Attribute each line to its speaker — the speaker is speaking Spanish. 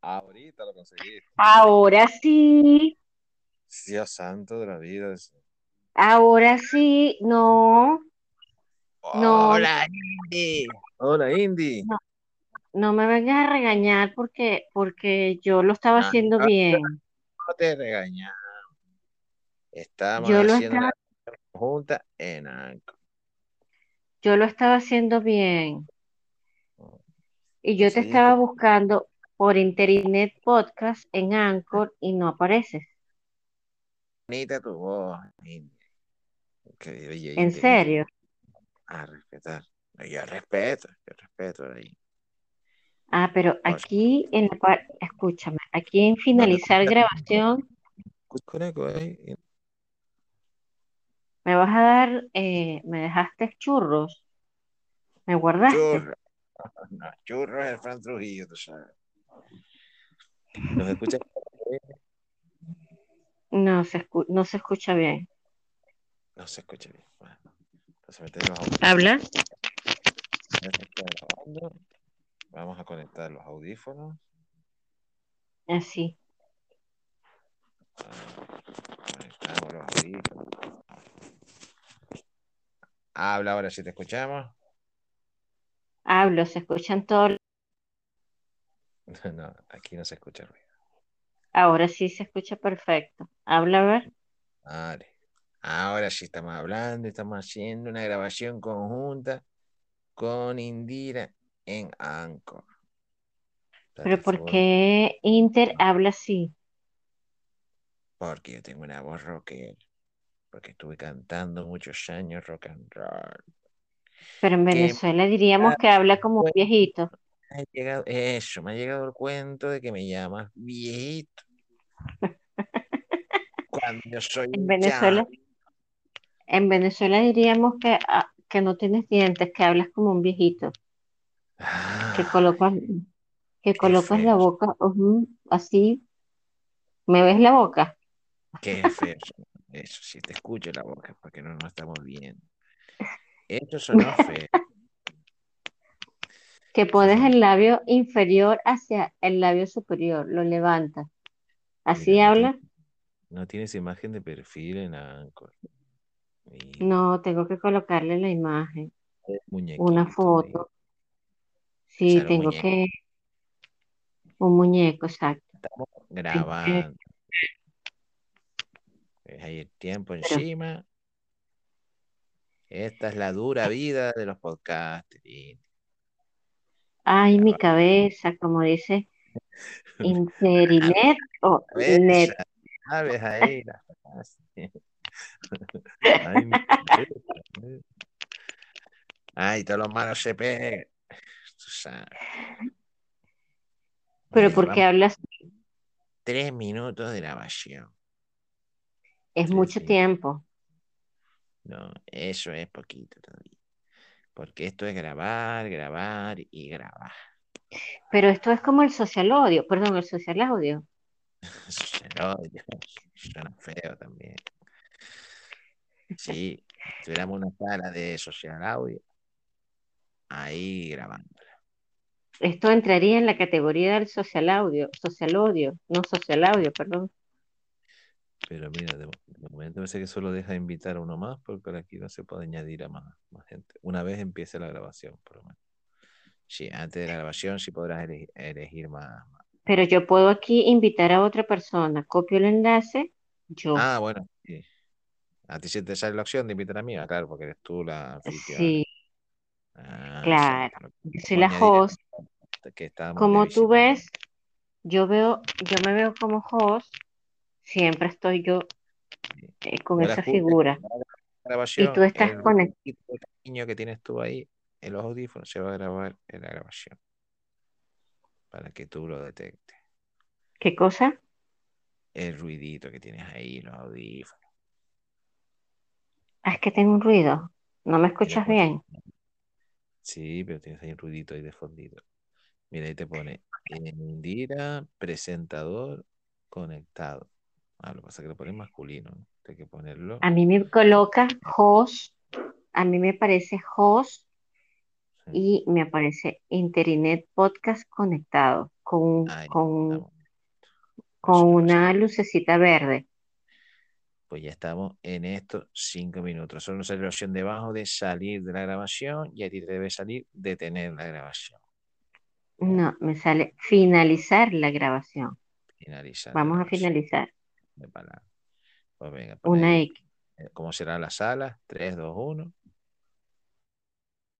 Speaker 1: Ahorita lo conseguí.
Speaker 2: Ahora sí,
Speaker 1: Dios santo de la vida.
Speaker 2: ahora sí, no, No.
Speaker 3: Hola, Indy.
Speaker 1: Hola, Indy.
Speaker 2: no me vengas a regañar porque, porque yo lo estaba
Speaker 1: Ah,
Speaker 2: haciendo
Speaker 1: ah,
Speaker 2: bien.
Speaker 1: No te regañamos. Estamos
Speaker 2: Yo lo
Speaker 1: haciendo
Speaker 2: estaba-
Speaker 1: la junta en Anco.
Speaker 2: Yo lo estaba haciendo bien. Y yo te
Speaker 1: Sí. pues.
Speaker 2: estaba buscando por Internet Podcast en Anchor y no apareces.
Speaker 1: Bonita tu voz, Indy. Que- oye,
Speaker 2: ¿En
Speaker 1: Indy,
Speaker 2: serio?
Speaker 1: A respetar. Yo respeto, yo respeto ahí.
Speaker 2: Ah, pero
Speaker 1: Bueno.
Speaker 2: aquí en la par- escúchame, aquí
Speaker 1: pues,
Speaker 2: en finalizar
Speaker 1: escucha.
Speaker 2: grabación
Speaker 1: Cucureco, eh,
Speaker 2: me vas a dar, eh, me dejaste churros, me guardaste.
Speaker 1: Churros. No, churros es el Fran Trujillo, tú sabes. Nos escucha
Speaker 2: No se escu- no se escucha bien.
Speaker 1: No se escucha bien. Bueno, entonces meten los audífonos.
Speaker 2: ¿Habla?
Speaker 1: ya se está grabando. Vamos a conectar los audífonos.
Speaker 2: Así.
Speaker 1: Ah, Conectamos los audífonos. Ah, Habla ahora si te escuchamos.
Speaker 2: Hablo, se escuchan todos.
Speaker 1: No, aquí no se escucha ruido.
Speaker 2: Ahora sí se escucha perfecto. Habla, a ver.
Speaker 1: Vale. Ahora sí estamos hablando, estamos haciendo una grabación conjunta con Indira en Anchor.
Speaker 2: Pero ¿por
Speaker 1: Plataforma-
Speaker 2: qué Inter habla así?
Speaker 1: Porque yo tengo una voz rocker. Porque estuve cantando muchos años rock and roll.
Speaker 2: Pero en
Speaker 1: Que- ah, pues,
Speaker 2: Venezuela diríamos que habla como un viejito.
Speaker 1: Me ha llegado, eso, me ha llegado el cuento de que me llamas viejito. Cuando yo soy
Speaker 2: En
Speaker 1: un
Speaker 2: Venezuela,
Speaker 1: chamo.
Speaker 2: en Venezuela diríamos que, ah, que no tienes dientes, que hablas como un viejito,
Speaker 1: Ah,
Speaker 2: que colocas, que colocas
Speaker 1: feo.
Speaker 2: la boca ujú, así. ¿Me ves la boca?
Speaker 1: qué feo. Eso, si te escucho la boca, porque no nos estamos viendo. Eso sonó feo.
Speaker 2: Que pones
Speaker 1: Ujú.
Speaker 2: el labio inferior hacia el labio superior, lo levantas. ¿Así
Speaker 1: Mira, no tiene-
Speaker 2: habla?
Speaker 1: No tienes imagen de perfil en Anchor. Mira,
Speaker 2: No, tengo que colocarle la imagen,
Speaker 1: un muñequito
Speaker 2: una
Speaker 1: ahí.
Speaker 2: foto. Sí,
Speaker 1: Usar un
Speaker 2: tengo
Speaker 1: muñeco.
Speaker 2: que un muñeco, exacto.
Speaker 1: Estamos grabando. Ves ahí el tiempo encima. Esta es la dura vida de los podcasts. Y
Speaker 2: Ay, mi cabeza, como dice Interinet o Net.
Speaker 1: cabeza, ¿sabes? Ahí la frase. Ay, mi cabeza. Ay, todos los manos se pegan. Tú sabes.
Speaker 2: Pero
Speaker 1: Mira,
Speaker 2: porque
Speaker 1: vamos,
Speaker 2: hablas
Speaker 1: tres minutos de grabación.
Speaker 2: es
Speaker 1: Sí,
Speaker 2: mucho
Speaker 1: sí.
Speaker 2: tiempo.
Speaker 1: No, eso es poquito todavía. Porque esto es grabar, grabar y grabar.
Speaker 2: Pero esto es como el social audio, perdón, el social audio.
Speaker 1: Suena suena feo también. Sí, tuviéramos una sala de social audio, ahí grabando.
Speaker 2: Esto entraría en la categoría del social audio, social audio, no social audio, perdón.
Speaker 1: Pero mira, de, de momento parece que solo deja invitar a uno más, porque por aquí no se puede añadir a más, más gente. Una vez empiece la grabación, por lo menos. Sí, antes de la grabación sí podrás ele- elegir más. más.
Speaker 2: Pero yo puedo aquí invitar a otra persona, copio el enlace, yo.
Speaker 1: Ah, bueno, sí. A ti sí te sale la opción de invitar a mí, ah, claro, porque eres tú la anfitriona.
Speaker 2: Sí,
Speaker 1: Ah,
Speaker 2: claro.
Speaker 1: exacto.
Speaker 2: Yo soy la
Speaker 1: Añadir
Speaker 2: host.
Speaker 1: que estábamos de
Speaker 2: Como
Speaker 1: visita.
Speaker 2: tú ves, yo veo, yo me veo como host, siempre estoy yo eh, con
Speaker 1: Ahora
Speaker 2: esa
Speaker 1: escucha,
Speaker 2: figura.
Speaker 1: la grabación,
Speaker 2: Y tú estás
Speaker 1: el
Speaker 2: conectado.
Speaker 1: el cariño que tienes tú ahí en los audífonos se va a grabar en la grabación para que tú lo detectes.
Speaker 2: ¿Qué cosa?
Speaker 1: El ruidito que tienes ahí, los audífonos.
Speaker 2: Ah, es que tengo un ruido. No me escuchas
Speaker 1: Mira,
Speaker 2: bien.
Speaker 1: Sí, pero tienes ahí un ruidito ahí de fondito. Mira, ahí te pone Indira, presentador, conectado. Ah, lo que pasa es que lo pones masculino. ¿no? Hay que
Speaker 2: Ah,
Speaker 1: ponerlo.
Speaker 2: A mí me coloca host, a mí me parece host
Speaker 1: Mm.
Speaker 2: y me aparece Internet Podcast conectado con, un-
Speaker 1: Ahí
Speaker 2: con, un-
Speaker 1: estamos.
Speaker 2: con
Speaker 1: Por
Speaker 2: una lucecita verde.
Speaker 1: Pues ya estamos en estos cinco minutos. Solo sale la opción debajo de salir de la grabación y a ti te debe salir detener la grabación.
Speaker 2: No, me sale finalizar la grabación.
Speaker 1: Finalizar. la
Speaker 2: Vamos a
Speaker 1: grabación.
Speaker 2: finalizar.
Speaker 1: De palabra. Pues venga, pon
Speaker 2: Una
Speaker 1: ahí,
Speaker 2: X.
Speaker 1: eh, ¿Cómo será la sala? 3, 2, 1.